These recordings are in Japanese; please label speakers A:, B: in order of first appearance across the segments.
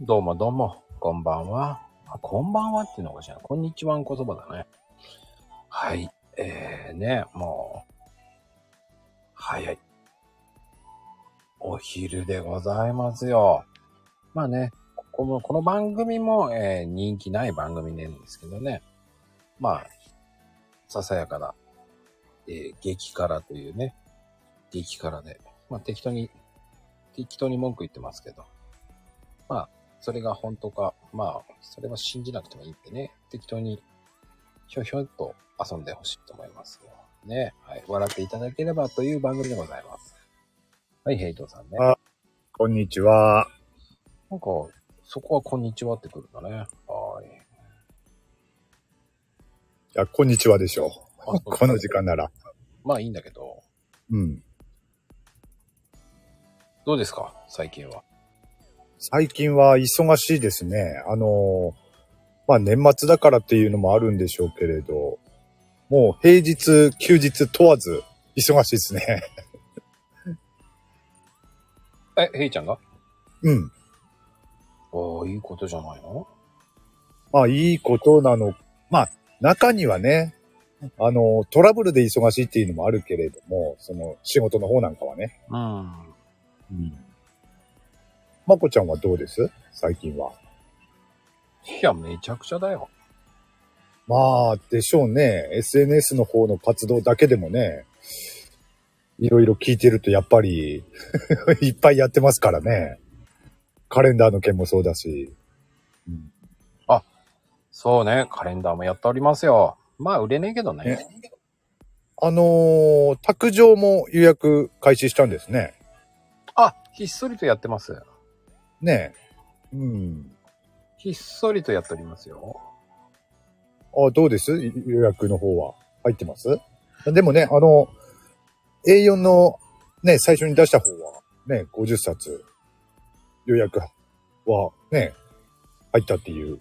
A: どうもどうも、こんばんは。あこんばんはっていうのかしら。こんにちはん言葉だね。はい。えー、ね、もう、早い。お昼でございますよ。まあね、ここも、この番組も、えー人気ない番組なんですけどね。まあ、ささやかな、えー激辛というね、激辛で、まあ適当に、適当に文句言ってますけど。それが本当か、まあ、それは信じなくてもいいってね、適当に、ひょひょっと遊んでほしいと思いますよ。ね、はい。笑っていただければという番組でございます。はい、ヘイトさんね。なん
B: あ
A: か、
B: こんにちは。
A: そこはこんにちはってくるんだね。はい。
B: いや、こんにちはでしょ
A: あ
B: う。 この時間なら。
A: まあいいんだけど、
B: うん。
A: どうですか最近は。
B: 最近は忙しいですね。あのー、まあ年末だからっていうのもあるんでしょうけれど、もう平日、休日問わず忙しいですね。
A: え、ヘイちゃんが
B: うん。
A: おー、いいことじゃないの
B: まあいいことなの。まあ中にはね、あのー、トラブルで忙しいっていうのもあるけれども、その仕事の方なんかはね。
A: うん。
B: うん。まこちゃんはどうです最近は。
A: いや、めちゃくちゃだよ。
B: まあ、でしょうね。SNS の方の活動だけでもね、いろいろ聞いてるとやっぱり、 いっぱいやってますからね。カレンダーの件もそうだし。うん、
A: そうね、カレンダーもやっておりますよ。まあ、売れねえけどね
B: ねあのー、卓上も予約開始したんですね。
A: あ、ひっそりとやってます。
B: ねえ。うん。
A: ひっそりとやっておりますよ。
B: あ、どうですい予約の方は。入ってますでもね、あの、A4 のね、最初に出した方は、ね、50冊予約はね、入ったっていう。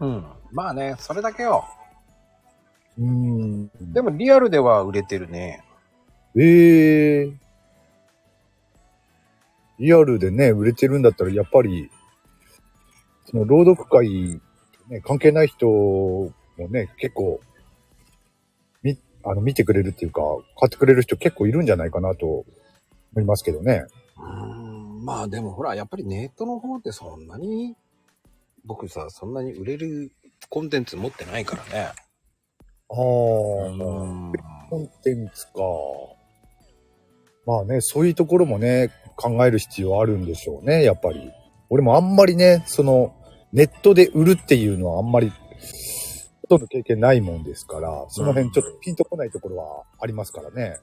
A: うん。まあね、それだけよ。
B: うーん。
A: でもリアルでは売れてるね。
B: ええリアルでね、売れてるんだったら、やっぱり、その朗読会、ね、関係ない人もね、結構、み、あの、見てくれるっていうか、買ってくれる人結構いるんじゃないかなと思いますけどね。
A: うーん。まあでもほら、やっぱりネットの方ってそんなに、僕さ、そんなに売れるコンテンツ持ってないからね。
B: ああ、
A: うん。
B: コンテンツか。まあね、そういうところもね、考える必要あるんでしょうね、やっぱり。俺もあんまりね、その、ネットで売るっていうのはあんまり、ほとんど経験ないもんですから、その辺ちょっとピンとこないところはありますからね。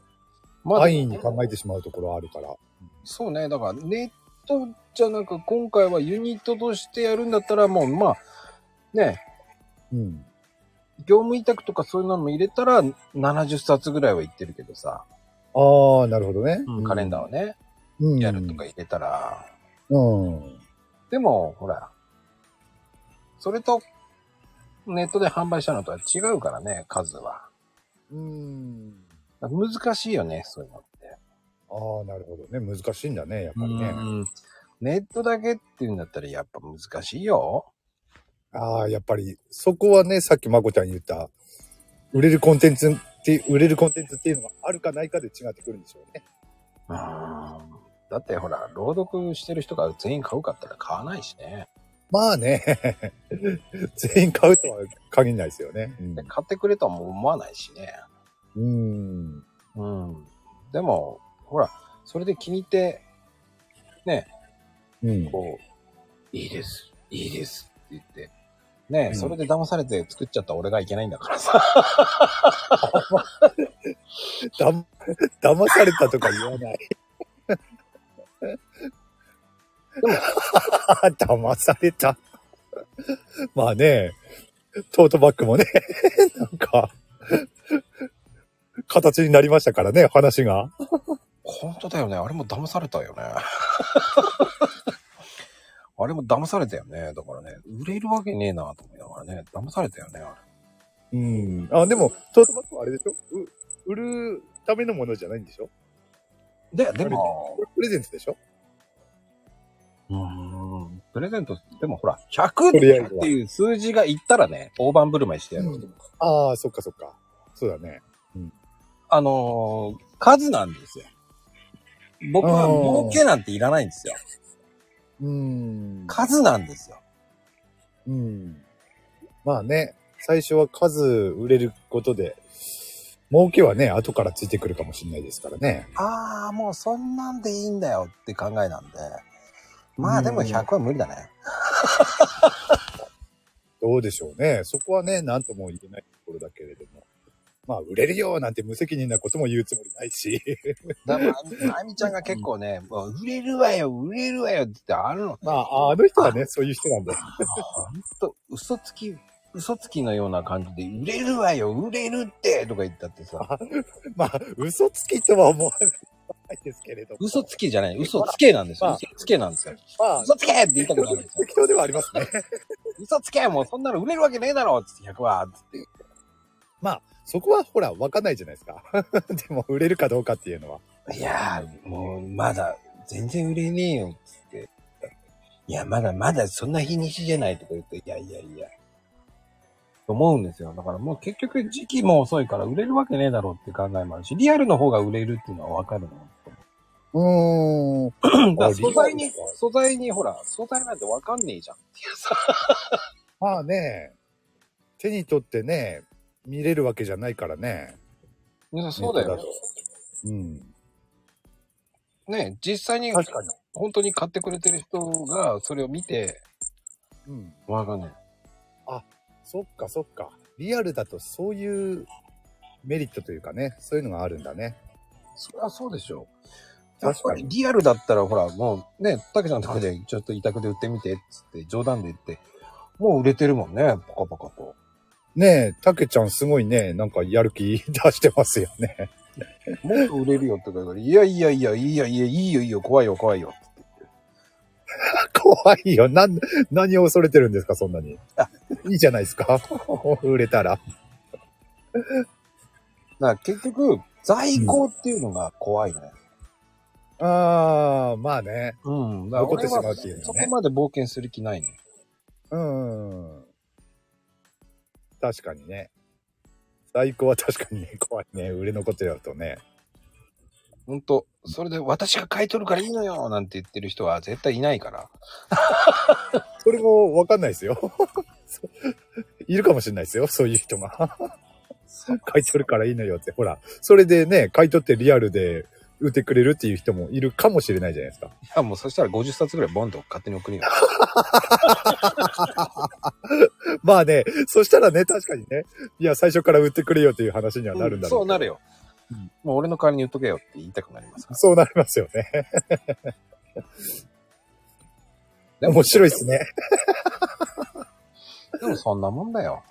A: ま
B: 安易に考えてしまうところはあるから。
A: そうね。だからネットじゃなく、今回はユニットとしてやるんだったら、もうまあ、ね、
B: うん。
A: 業務委託とかそういうのも入れたら、70冊ぐらいはいってるけどさ、
B: ああ、なるほどね。
A: カレンダーをね、
B: うん
A: やるとか。入れたら、
B: うん。
A: でも、ほら、それと、ネットで販売したのとは違うからね、数は。
B: うん。
A: 難しいよね、そういうのって。
B: ああ、なるほどね。難しいんだね、やっぱりね。
A: うんネットだけっていうんだったらやっぱ難しいよ。
B: ああ、やっぱり、そこはね、さっきまこちゃんに言った、売れるコンテンツって、売れるコンテンツっていうのがあるかないかで違ってくるんでしょうね。
A: うんだってほら、朗読してる人が全員買うかったら買わないしね。
B: まあね、 全員買うとは限らないですよね。
A: で買ってくれとは思わないしね。
B: うん。うん
A: うん。でも、ほら、それで気に入って、ね、
B: うん。
A: こう、いいです、いいですって言って、ね、
B: うん
A: それで騙されて作っちゃった俺がいけないんだからさ。
B: だん、騙されたとか言わない。 騙された。まあね、トートバッグもね、 なんか、形になりましたからね、話が。
A: 本当だよね。あれも騙されたよね。 あれも騙されたよね。だからね、売れるわけねえなと思いながらね、騙されたよね、あ
B: うん。あ、でも、トートバッグはあれでしょう売るためのものじゃないんでしょ
A: れ。で、でも、
B: プレゼントでしょ
A: プレゼント、でもほら、100
B: とりあえずは
A: っていう数字がいったらね、大盤振る舞いしてやる。
B: うんああ、そっかそっか。そうだね。
A: あのー数なんですよ。僕は
B: あー
A: 儲けなんていらないんですよ。
B: うん。
A: 数なんですよ。
B: うん。まあね、最初は数売れることで、儲けはね、後からついてくるかもしれないですからね。
A: ああ、もうそんなんでいいんだよって考えなんで。まあでも
B: うん
A: 100は無理だね。
B: どうでしょうね。そこはね、なんとも言えないところだけれども。まあ、売れるよなんて無責任なことも言うつもりないし。
A: だから、あゆみちゃんが結構ね、もう売れるわよ、売れるわよって言って、あるの、
B: まあ、あの人はね、そういう人なんだ。
A: ほんと、嘘つき、嘘つきのような感じで、売れるわよ、売れるってとか言ったってさ、
B: まあ、嘘つきとは思わないですけれども。
A: 嘘つきじゃない、嘘つけなんですよ。
B: まあ
A: 嘘つけなんですよ。
B: まあ、
A: 嘘つけって言いたくなるんですよ。
B: 適当ではありますね。
A: 嘘つけもうそんなの売れるわけねえだろつって100はつって。
B: まあ、そこはほら、わかんないじゃないですか。 でも、売れるかどうかっていうのは。
A: いやー、もうまだ全然売れねえよっつって。いや、まだまだそんな日にちじゃないとか言って、いやいやいや。と思うんですよ。だからもう結局時期も遅いから売れるわけねえだろうって考えもあるし、リアルの方が売れるっていうのはわかるの。
B: うー
A: だ
B: ん。
A: から
B: あ
A: 素材
B: リア
A: に
B: ルか、
A: 素材にほら、素材なんてわかんねえじゃん。
B: まあね、手に取ってね、見れるわけじゃないからね。
A: いやそうだよね。
B: うん。
A: ね実際に
B: 確かに。
A: 本当に買ってくれてる人がそれを見て、
B: うん。
A: わかんない。
B: そっかそっか。リアルだとそういうメリットというかね、そういうのがあるんだね。
A: そりゃそうでしょう。やっ
B: 確
A: ぱ
B: かに
A: りリアルだったら、ほら、もうね、たけちゃんとかでちょっと委託で売ってみて、っつって冗談で言って、もう売れてるもんね、パカパカと。
B: ねえ、たけちゃんすごいね、なんかやる気出してますよね。
A: もっと売れるよって言うから、いやいやいや、いやいや、いいよいいよ、怖いよ怖いよ。
B: 怖いよ。なん、何を恐れてるんですか、そんなに。いいじゃないです か。売れたら。
A: だから結局、在庫っていうのが怖いね。
B: あー、まあね。
A: うん。だから
B: 残っ
A: 俺
B: てしま
A: は
B: うっていう
A: そ
B: の
A: こ
B: ね。
A: まで冒険する気ないね。
B: うん。確かにね。在庫は確かにね、怖いね。売れ残ってやるとね。
A: ほんと、それで私が買い取るからいいのよなんて言ってる人は絶対いないから。
B: それもわかんないですよ。 そういるかもしれないですよ、そういう人が。買い取るからいいのよって。ほら、それでね、買い取ってリアルで売ってくれるっていう人もいるかもしれないじゃないですか。
A: いや、もうそしたら50冊ぐらいボンと勝手に送るよ。
B: まあね、そしたらね、確かにね、いや、最初から売ってくれよっていう話にはなるんだろう、
A: そうなる。よ、
B: うん
A: もう俺の代わりに言っとけよって言いたくなりますから
B: そうなりますよね。
A: で
B: 面
A: も
B: 白いですね。
A: でもそんなもんだよ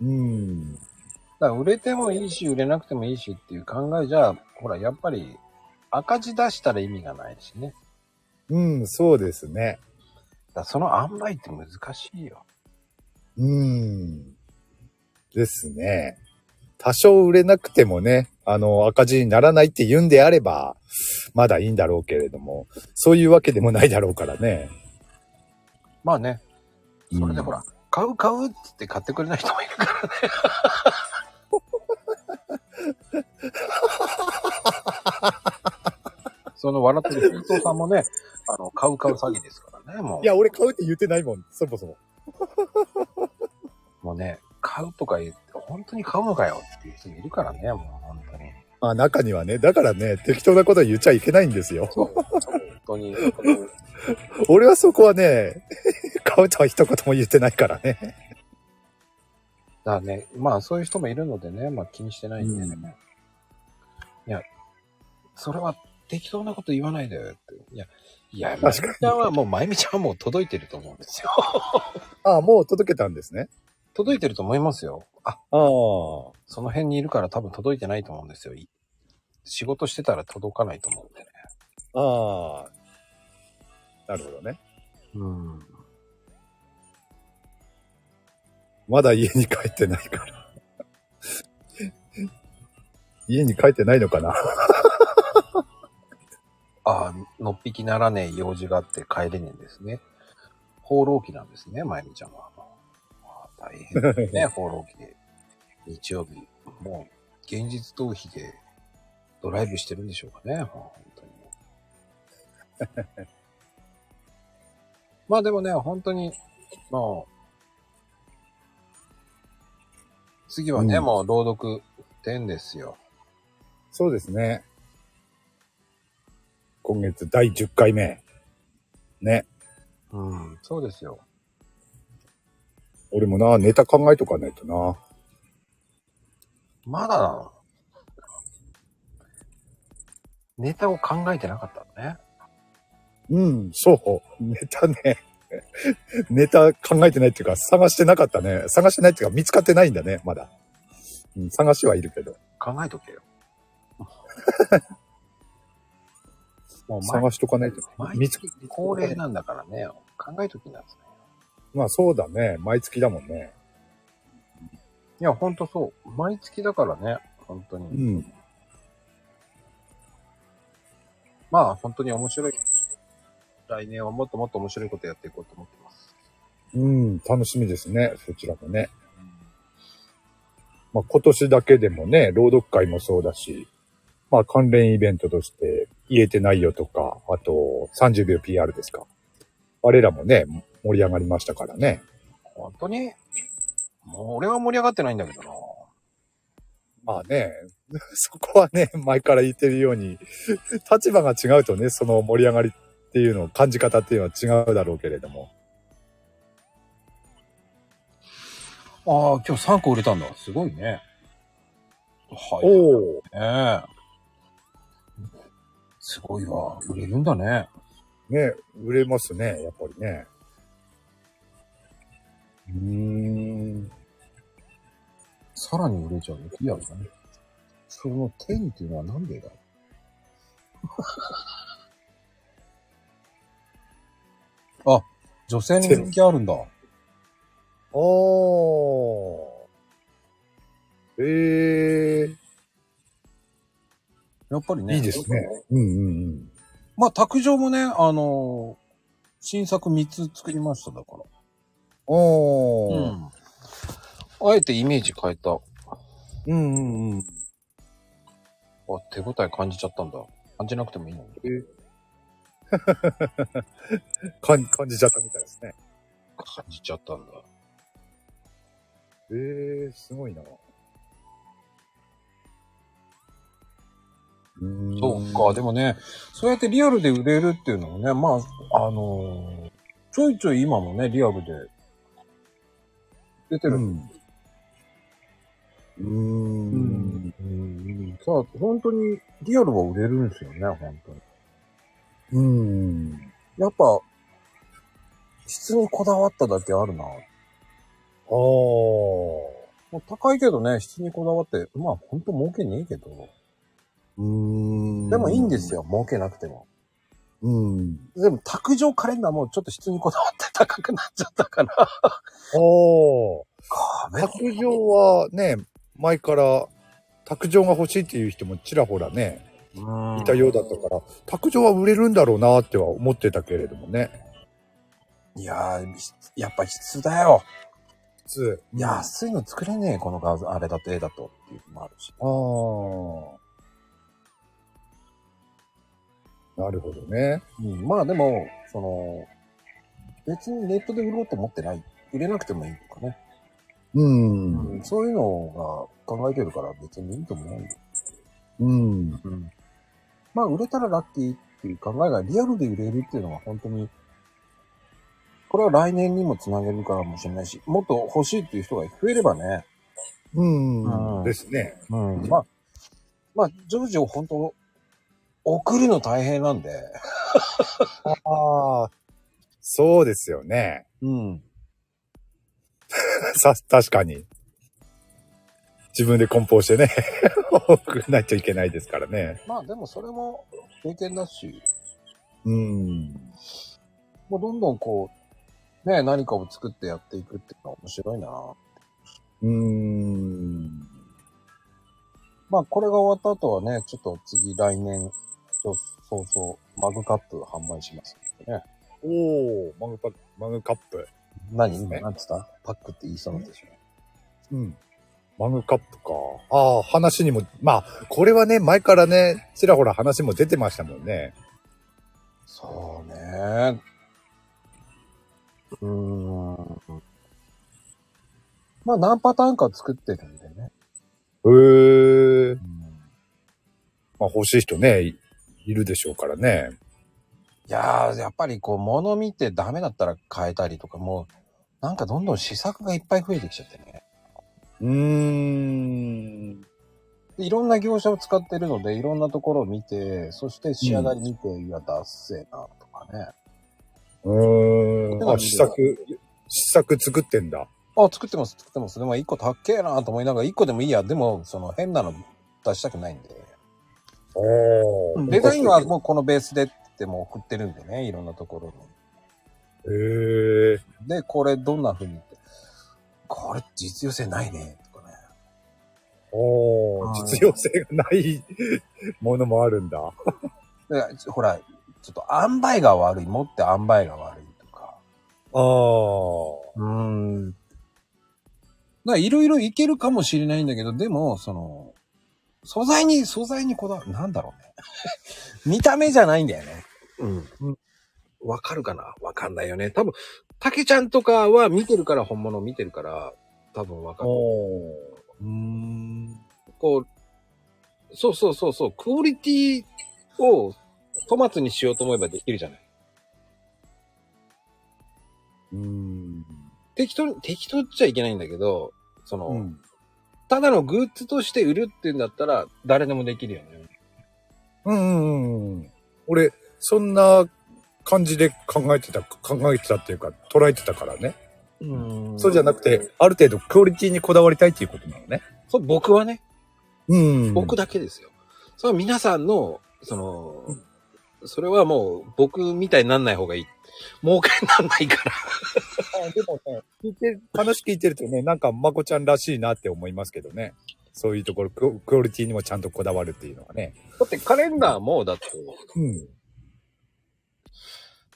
B: うん。
A: だから売れてもいいし売れなくてもいいしっていう考えじゃほらやっぱり赤字出したら意味がないしね
B: うん、そうですね。
A: だからその塩梅って難しいよ
B: うん。ですね。多少売れなくてもね、あの、赤字にならないって言うんであれば、まだいいんだろうけれども、そういうわけでもないだろうからね。
A: まあねそれで
B: うん
A: ほら、買う買うっつって買ってくれない人もいるから ねその笑ってる伊藤さんもねあの買う買う詐欺ですからねもう
B: いや、俺買うって言ってないもん、そもそも。
A: もうね、買うとか言って、本当に買うのかよっていう人いるからね、もう本当に。
B: まあ中にはね、だからね、適当なことは言っちゃいけないんですよ。
A: 本当 に。
B: 俺はそこはね、 買うとは一言も言ってないからね。
A: だからね、まあそういう人もいるのでね、まあ気にしてないんでね。いや、それは適当なこと言わないでよって。いや、いや、まゆみ
B: 確
A: ち
B: かに
A: ゃんはもう、まゆみちゃんはもう届いてると思うんですよ。
B: ああ、もう届けたんですね。
A: 届いてると思いますよ。あ、
B: ああ。
A: その辺にいるから多分届いてないと思うんですよ。い仕事してたら届かないと思うんでね。
B: ああ。なるほどね。
A: うん。
B: まだ家に帰ってないから。 家に帰ってないのかな
A: ああ、のっぴきならねえ用事があって帰れねえんですね。放浪記なんですね、まゆみちゃんは。あ大変です ね、放浪記で。日曜日、もう、現実逃避でドライブしてるんでしょうかね、もう本当に。まあでもね、本当に、もう、次はね、
B: うん
A: もう朗読10ですよ。
B: そうですね。今月第10回目。ね。
A: うん、そうですよ。
B: 俺もな、ネタ考えとかないとな。
A: まだなのネタを考えてなかったのね。
B: うん、そう。ネタね。 ネタ考えてないっていうか、探してなかったね。探してないっていうか、見つかってないんだね、まだ。うん、探してはいるけど。
A: 考えとけよ。 もう毎
B: 探しとかないと。
A: 毎
B: 見つ
A: 月恒例なんだからね、考えときなんですね。
B: まあそうだね。毎月だもんね。
A: いや、ほんとそう。毎月だからね、本当に。
B: うん。
A: まあ、本当に面白い。来年はもっともっと面白いことやっていこうと思ってます。
B: うん、楽しみですね。そちらもね。まあ今年だけでもね、朗読会もそうだし、まあ関連イベントとして、言えてないよとか、あと30秒 PR ですか。あれらもね、盛り上がりましたからね。
A: 本当にもう俺は盛り上がってないんだけどな。
B: まあね、 そこはね、前から言ってるように、立場が違うとね、その盛り上がりっていうの、感じ方っていうのは違うだろうけれども。
A: ああ、今日3個売れたんだ。すごいね。はい。
B: おお、
A: ねえすごいわ。売れるんだね。
B: ね、売れますね、やっぱりね。うーん。
A: さらに売れちゃうね。リアルだね。その天っていうのはなんでだ あ、女性に人気あるんだ。
B: ああ。ええ
A: やっぱりね。
B: いいですね。うんうんうん。
A: まあ、卓上もね、あのー新作3つ作りましただから。
B: ああ、
A: あえてイメージ変えた。あ、
B: うん、うんうんうん
A: 手応え感じちゃったんだ。感じなくてもいいのに。
B: 感感じちゃったみたいですね。
A: 感じちゃったんだ。
B: ええすごいな。うん
A: そうか。でもね、そうやってリアルで売れるっていうのもね、まあ、あのーちょいちょい今もね、リアルで出てる。
B: うん。うー。
A: うんうんさあ、本当にリアルは売れるんですよね、本当に。
B: うん。
A: やっぱ、質にこだわっただけあるな。
B: ああ。
A: もう高いけどね、質にこだわって、まあ本当儲けねえけど。
B: うーん。
A: でもいいんです。よ、儲けなくても。
B: うん。
A: でも、卓上カレンダーもちょっと質にこだわって高くなっちゃったから。
B: ああ。
A: 壁
B: 卓上はね、前から、卓上が欲しいっていう人もちらほらね、いたようだったから、卓上は売れるんだろうなっては思ってたけれどもね。
A: いやー、質やっぱ質だよ。
B: 普通。あ
A: 安いの作れねえ、この画像、あれだと絵だとっていうのもあるし。
B: あ。なるほどね。
A: うん、まあでも、その、別にネットで売ろうと思ってない。売れなくてもいいとかね。
B: うん。
A: うんそういうのが考えてるから別にいいと思うんだよ。
B: うん。
A: うん。まあ、売れたらラッキーっていう考えがリアルで売れるっていうのは本当に、これは来年にもつなげるからもしれないし、もっと欲しいっていう人が増えればね、う
B: う
A: ん
B: ん。ですね。
A: うん、まあ、まあ、ジョージを本当、送るの大変なんで、
B: ああ。そうですよね。
A: うん。
B: さ、確かに。自分で梱包してね、 送らないといけないですからね。
A: まあ、でもそれも経験だし、
B: うん。
A: もうどんどんこう、ね、何かを作ってやっていくっていうのは面白いんだな。
B: うん。
A: まあ、これが終わった後はね、ちょっと次来年、ちょ早々、マグカップ販売しますのでね。
B: おー、マグパマグカップ。
A: 何
B: ね
A: 今、なんつったパックって言いそうになったでしょ。
B: うん。マグカップか。ああ、話にも、まあ、これはね、前からね、ちらほら話も出てましたもんね。
A: そうね。うーん。まあ、何パターンか作ってるんでね。
B: へえ。
A: うん
B: まあ、欲しい人ね、いいるでしょうからね。
A: いやー、やっぱりこう、物見てダメだったら変えたりとか、もう、なんかどんどん試作がいっぱい増えてきちゃってね。
B: うーん。
A: でいろんな業者を使ってるので、いろんなところを見て、そして仕上がり見て、いや、ダッセーな、とかね。
B: うーん。
A: う
B: あ、
A: ん
B: 試作、試作作ってんだ。
A: あ、作ってます、作ってます。でも、一個高えなと思いながら、一個でもいいや。でも、その、変なの出したくないんで。
B: お
A: デザインは
B: へ
A: もうこのベースでってもう送ってるんでね、いろんなところ
B: え。
A: に。で、これどんな風にって。これ実用性ないね、とかね。
B: お
A: は
B: ー
A: い
B: 実用性がないものもあるんだ。
A: でちほら、ちょっと塩梅が悪い、持って塩梅が悪いとか。
B: ああ。
A: うーん。な、いろいろいけるかもしれないんだけど、でも、その、素材に、素材にこだわる。なんだろうね。 見た目じゃないんだよね。うん。わかるかなわかんないよね。多分、竹ちゃんとかは見てるから、本物見てるから、多分わかる。
B: お
A: うーん。こう、そうそうそうそう、クオリティをトマトにしようと思えばできるじゃない。
B: うーん。
A: 適当に、適当っちゃいけないんだけど、その、
B: うん。
A: ただのグッズとして売るっていうんだったら、誰でもできるよね。
B: うんうんうん。俺、そんな感じで考えてた、考えてたっていうか、捉えてたからね。
A: うん
B: そうじゃなくて、、ある程度クオリティにこだわりたいっていうことなのね。
A: そう、僕はね、
B: うん
A: 僕だけですよ。それは皆さんの、その、それはもう僕みたいになんない方がいい。儲けになんないから。
B: でもね、聞いて、話聞いてるとね、なんか、まこちゃんらしいなって思いますけどね。そういうところ、クオクオリティにもちゃんとこだわるっていうのはね。
A: だってカレンダーも、だって、
B: うん。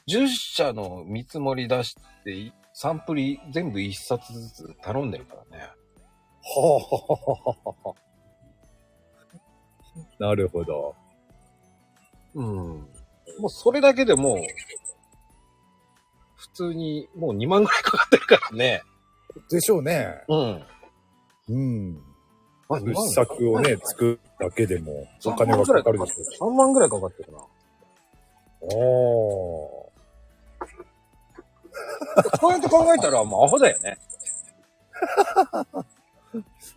A: 10社の見積もり出して、サンプリ全部1冊ずつ頼んでるからね。
B: はあ。なるほど。
A: うん。もうそれだけでもう、普通にもう2万ぐらいかかってるからね。
B: でしょうね。
A: うん。
B: うん。
A: あ
B: 物作をね、作るだけでも、お金が
A: ぐら
B: か
A: いか
B: か
A: か
B: る
A: って
B: で
A: る。
B: し
A: 3万ぐらいかかってるな。
B: ょう。
A: こうやって考えたらもうアホだよね。
B: ああ。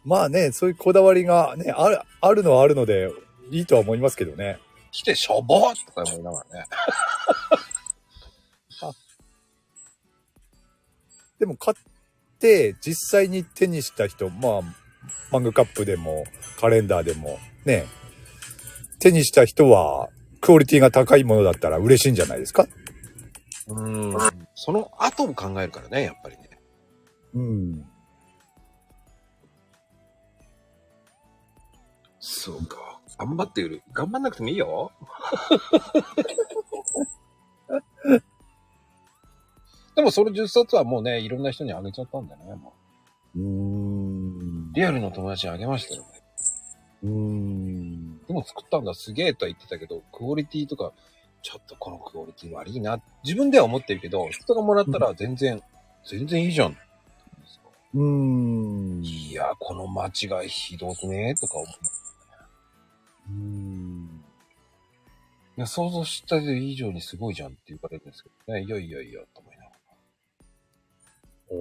B: まあね、そういうこだわりがね、ある、あるのはあるので、いいとは思いますけどね。
A: 来てしょぼーとか思いながらね。
B: でも買って、実際に手にした人、まあ、マグカップでも、カレンダーでも、ね、手にした人は、クオリティが高いものだったら嬉しいんじゃないですか
A: うん。その後を考えるからね、やっぱりね。
B: うん。
A: そうか。頑張って売る。頑張んなくてもいいよ。でもそれ10冊はもうね、いろんな人にあげちゃったんだよね。も
B: うーん
A: う。リアルの友達にあげましたよね。
B: うーん。
A: でも作ったんだ、すげえとは言ってたけど、クオリティとか、ちょっとこのクオリティ悪いな。自分では思ってるけど、人がもらったら全然、全然いいじゃん。
B: うーん。
A: いや、この間違いひどくねとか思う。
B: うーん
A: いや、想像した以上にすごいじゃんって言われるんですけどね。いやいやいや、と思いながら。
B: お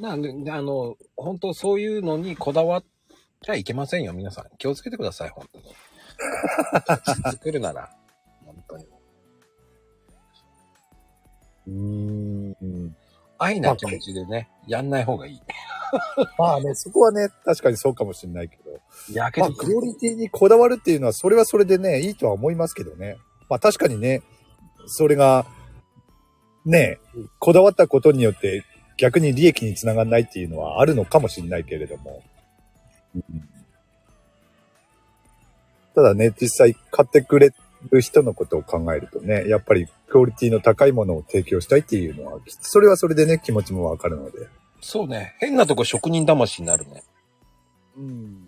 B: ー
A: なんで、であの、本当そういうのにこだわっちゃいけませんよ、皆さん。気をつけてください、本当に。作るなら、本当に。
B: うーん。
A: 愛な気持ちでね、やんない方がいい。
B: まあね、そこはね、確かにそうかもしれないけど。
A: やけ
B: まあ、
A: ど、
B: クオリティにこだわるっていうのは、それはそれでね、いいとは思いますけどね。まあ確かにね、それが、ねえ、こだわったことによって逆に利益につながらないっていうのはあるのかもしれないけれども。うんただね、実際買ってくれる人のことを考えるとね、やっぱりクオリティの高いものを提供したいっていうのは、きっとそれはそれでね、気持ちもわかるので。
A: そうね。変なとこ職人魂になるね。
B: うん。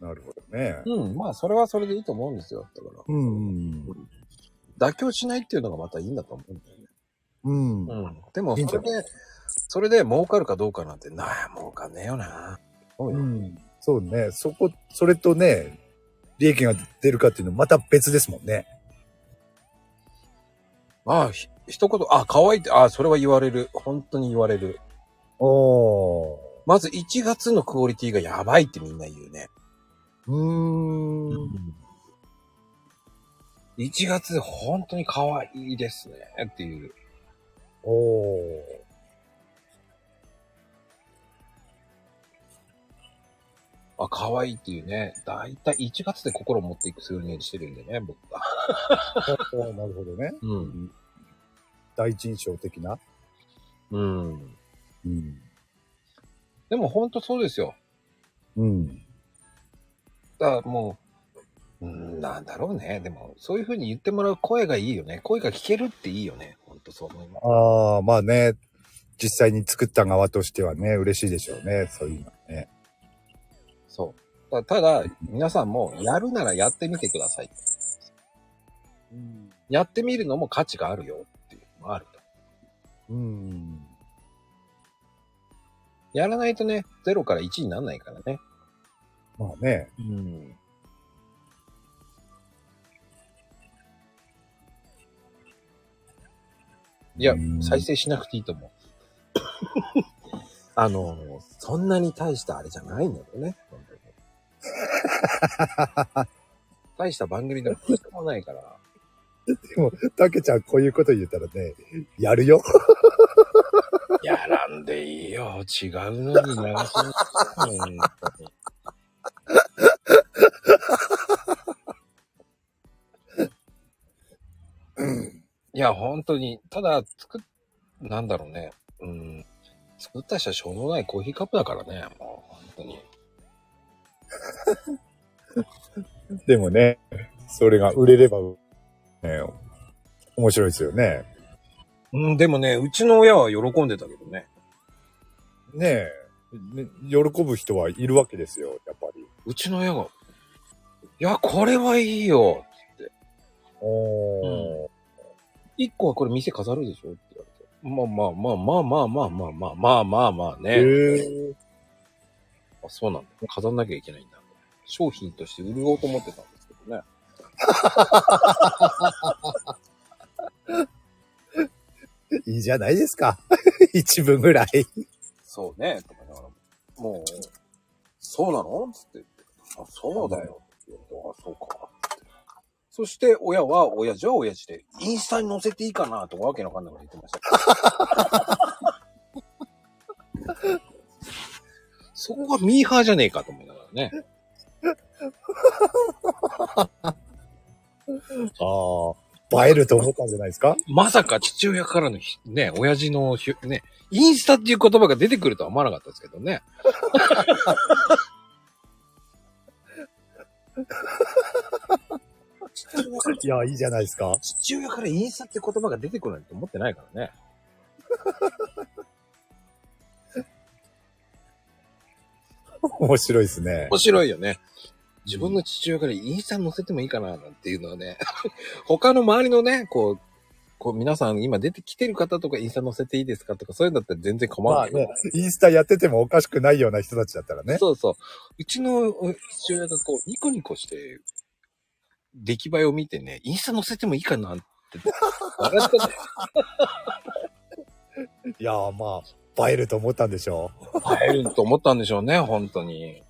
B: なるほどね。
A: うん。まあ、それはそれでいいと思うんですよ。だか
B: うん。
A: ら、妥協しないっていうのがまたいいんだと思うんだよね。
B: うん。
A: うん。でも、
B: いいん
A: そ
B: じ
A: れ
B: ゃ
A: で、それで儲かるかどうかなんて、なあ、儲かんねえよな。そうよ
B: うん。そうね。そこ、それとね、利益が出るかっていうのはまた別ですもんね。
A: まあ、ひ一言、あ、可愛いって、あ、それは言われる。本当に言われる。
B: おー。
A: まず1月のクオリティがやばいってみんな言うね。
B: うーん。
A: 1月本当に可愛いですねっていう。
B: おー。
A: あ、可愛いっていうね。だいたい1月で心を持っていくするようにしてるんでね、僕は。
B: おーなるほどね。
A: うん。
B: 第一印象的な。
A: うん。
B: うん。
A: でも本当そうですよ。
B: うん。
A: だからもう、うん、なんだろうね。でも、そういう風に言ってもらう声がいいよね。声が聞けるっていいよね。本当そう思います。
B: ああ、まあね。実際に作った側としてはね、嬉しいでしょうね。そういうのはね。
A: そう。だただ、皆さんもやるならやってみてください。
B: うん。
A: やってみるのも価値があるよっていうのもあると。
B: うん。
A: やらないとね、0から1にならないからね。
B: まあね。
A: うん。いや
B: うん、
A: 再生しなくていいと思う。あの、そんなに大したあれじゃないのよね。本当に大した番組でも一つもないから。
B: たけちゃん、こういうこと言ったらね、やるよ。
A: やらんでいいよ。違うのにやらせなさい本当にいや、本当に。ただ、作っ、なんだろうね。うん。作った人はしょうもないコーヒーカップだからね。もう、本当に。
B: でもね、それが売れれば、ね、面白いですよね。
A: うん、でもね、うちの親は喜んでたけどね。
B: ねえ、ね喜ぶ人はいるわけですよ、やっぱり。
A: うちの親が、いや、これはいいよ。
B: おー。
A: 一個はこれ店飾るでしょって言われて。まあまあまあまあまあまあまあまあまあまあまあね。
B: へえ
A: あそうなんだ。飾んなきゃいけないんだ。商品として売ろうと思ってたんですけどね。
B: いいじゃないですか。 一部ぐらい。
A: そうね。とかだから、もう、そうなのつって言って。あ、そうだよ。って言ってあ、 そうか。そして、親は、親父は親父で、インスタに載せていいかなとかわけのわかんないこと言ってました。そこがミーハーじゃねえかと思いながらね。
B: ああ。映えると思ったんじゃないですか
A: まさか父親からのひ、ね、親父のひ、ね、インスタっていう言葉が出てくるとは思わなかったですけどね。父親から
B: いや、いいじゃないですか。
A: 父親からインスタって言葉が出てくるなんて思ってないからね。
B: 面白いですね。
A: 面白いよね。自分の父親からインスタに載せてもいいかななんていうのはね、 他の周りのね、こう、こう皆さん今出てきてる方とかインスタ載せていいですかとかそういうんだったら全然構わな
B: まあ
A: い。
B: ね、インスタやっててもおかしくないような人たちだったらね。
A: そうそう。うちのお父親がこう、ニコニコして、出来栄えを見てね、インスタ載せてもいいかなって。笑ったね。
B: いやーまあ、映えると思ったんでしょ
A: 映えると思ったんでしょうね、本当に。
B: う。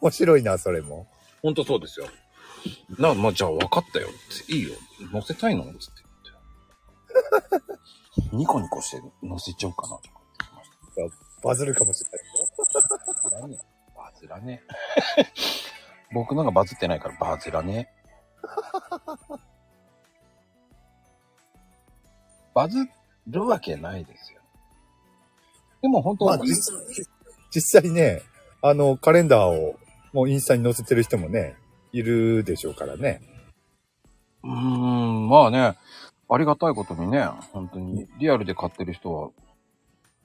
B: 面白いな、それも。
A: 本当そうですよ。な、まあ、じゃあ分かったよ。いいよ。載せたいのつって言 って。ニコニコして載せちゃおうかなとか
B: バズるかもしれない。
A: バズらねえ。バズらねえ。 僕のがバズってないからバズらねえ。 バズるわけないですよ。でも本当、
B: まあ実実際ね、あの、カレンダーをもうインスタに載せてる人もね、いるでしょうからね。
A: うーん、まあね、ありがたいことにね、本当に、リアルで買ってる人は、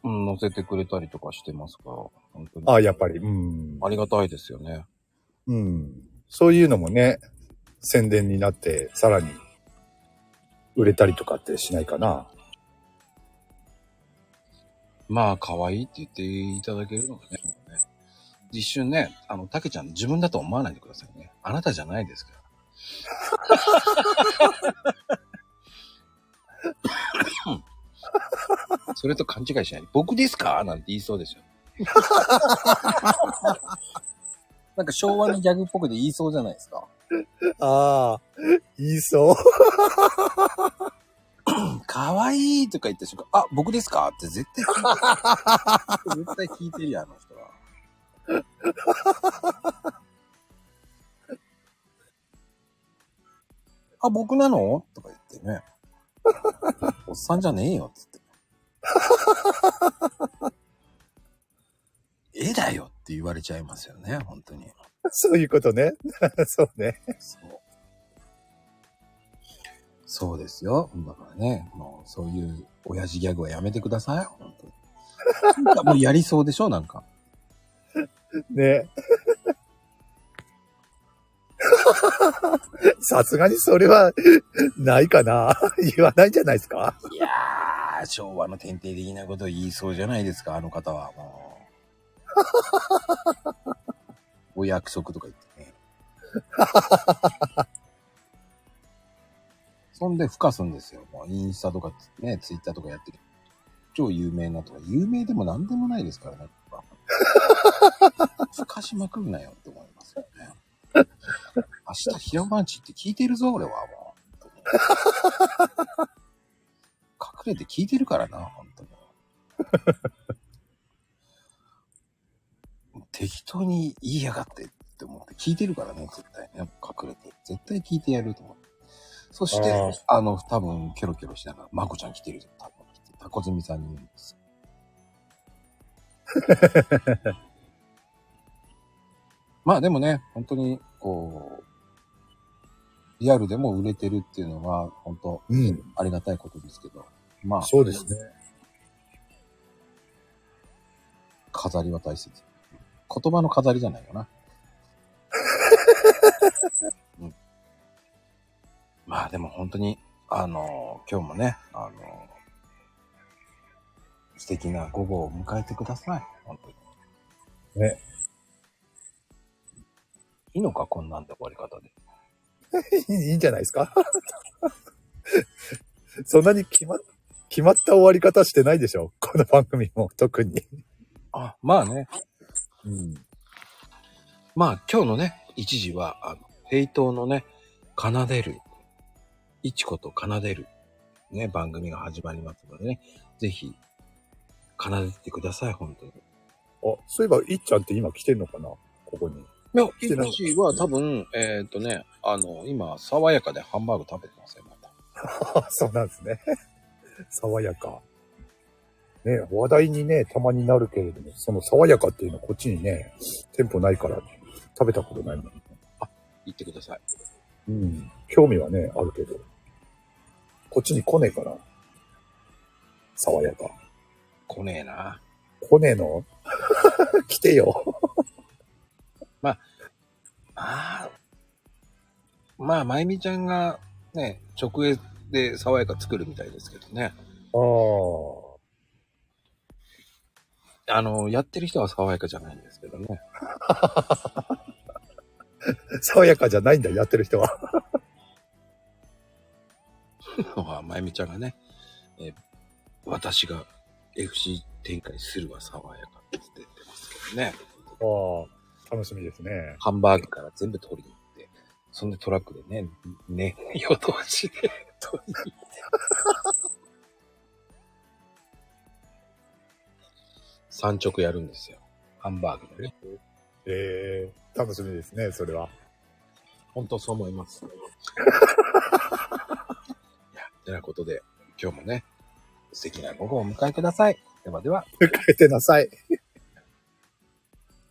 A: うん、乗せてくれたりとかしてますから、本当に。
B: ああ、やっぱり。うん。
A: ありがたいですよね。
B: うん。そういうのもね、宣伝になって、さらに、売れたりとかってしないかな。
A: まあ、可愛いって言っていただけるのがね、もうね一瞬ね、あの、たけちゃん、自分だと思わないでくださいね。あなたじゃないです から。それと勘違いしないで。僕ですかなんて言いそうですよ。 なんか昭和のギャグっぽくで言いそうじゃないですか。
B: ああ、言いそう。
A: 可愛いとか言った瞬間、あ、僕ですかって絶対聞いてる。絶対聞いてるやん、あの人は。あ、僕なのとか言ってね。おっさんじゃねえよ、つって。絵だよって言われちゃいますよね、本当に。
B: そういうことね。 そうね。
A: そう。そうですよ。だからね、もうそういう親父ギャグはやめてください。本当に。 なんかもうやりそうでしょなんか。
B: ね。 さすがにそれは、ないかな。 言わないんじゃないですか。
A: いやー、昭和の典型的なこと言いそうじゃないですか、あの方はもう。お 約束とか言ってね。 そんで、ふかすんですよ。もうインスタとかね、ツイッターとかやってる。超有名なとか、有名でも何でもないですからね。 ふかしまくるなよって思いますよね。明日、平番地って聞いてるぞ、俺はもう。隠れて聞いてるからな、本当に。 適当に言いやがってって思って聞いてるからね、絶対ね。隠れて。絶対聞いてやると思って。そして、
B: あー
A: あの、多分、キョロキョロしながら、まこちゃん来てるぞ、多分来て。タコズミさんに言うんです よ。まあでもね、本当に、こう、リアルでも売れてるっていうのは、本当、
B: うん。
A: ありがたいことですけど、まあ、
B: そうですね。
A: 飾りは大切。言葉の飾りじゃないか な。うん、まあでも本当に、あの今日もね、あの素敵な午後を迎えてください。本当に。
B: ね。
A: いいのか、こんなんで終わり方で。
B: いいいいんじゃないですか そんなに決ま、決まった終わり方してないでしょこの番組も特に。
A: あ、まあね。
B: うん。
A: まあ今日のね、一時は、あの、ヘイトーのね、奏でる、いちこと奏でる、ね、番組が始まりますのでね、ぜひ、奏でてください、本当に。
B: あ、そういえば、いっちゃんって今来てんのかなここに。
A: いや、
B: てない
A: いちは多分、えーっ、とね、あの、今、爽やかでハンバーグ食べてますよ、また。
B: あそうなんですね。 爽やか。ね、話題にね、たまになるけれども、その爽やかっていうのはこっちにね、店舗ないから、食べたことないもん。
A: 行ってください。
B: うん。興味はね、あるけど。こっちに来ねえから。爽やか。
A: 来ねえな。
B: 来ねえの 来てよ。
A: ああ。まあ、まゆみちゃんが、ね、直営で爽やか作るみたいですけどね。
B: ああ。
A: あの、やってる人は爽やかじゃないんですけどね。
B: 爽やかじゃないんだ、やってる人は。
A: のは、まゆみちゃんがね、えー私が FC 展開するは爽やかって言ってますけどね。
B: ああ。楽しみですね。
A: ハンバーグから全部取りに行って、そんでトラックでね、ね、夜通しで取りに行って。産直やるんですよ。ハンバーグでね。
B: ええ楽しみですね、それは。
A: 本当そう思います。いや、てなことで、今日もね、素敵な午後をお迎えください。ではでは。
B: 帰ってなさい。